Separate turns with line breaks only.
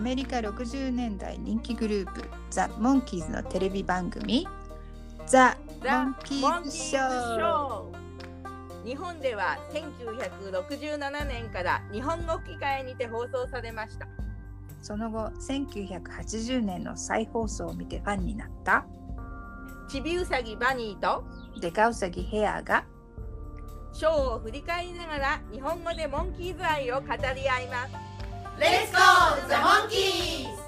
メリカ60年代人気グループザ・モンキーズのテレビ番組ザ・モンキーズショー
日本では1967年から日本語吹き替えにて放送されました
その後1980年の再放送を見てファンになった
ちびうさぎバニーと
デカウサギヘアが
ショーを振り返りながら日本語でモンキーズ愛を語り合います
Let's go, the monkeys!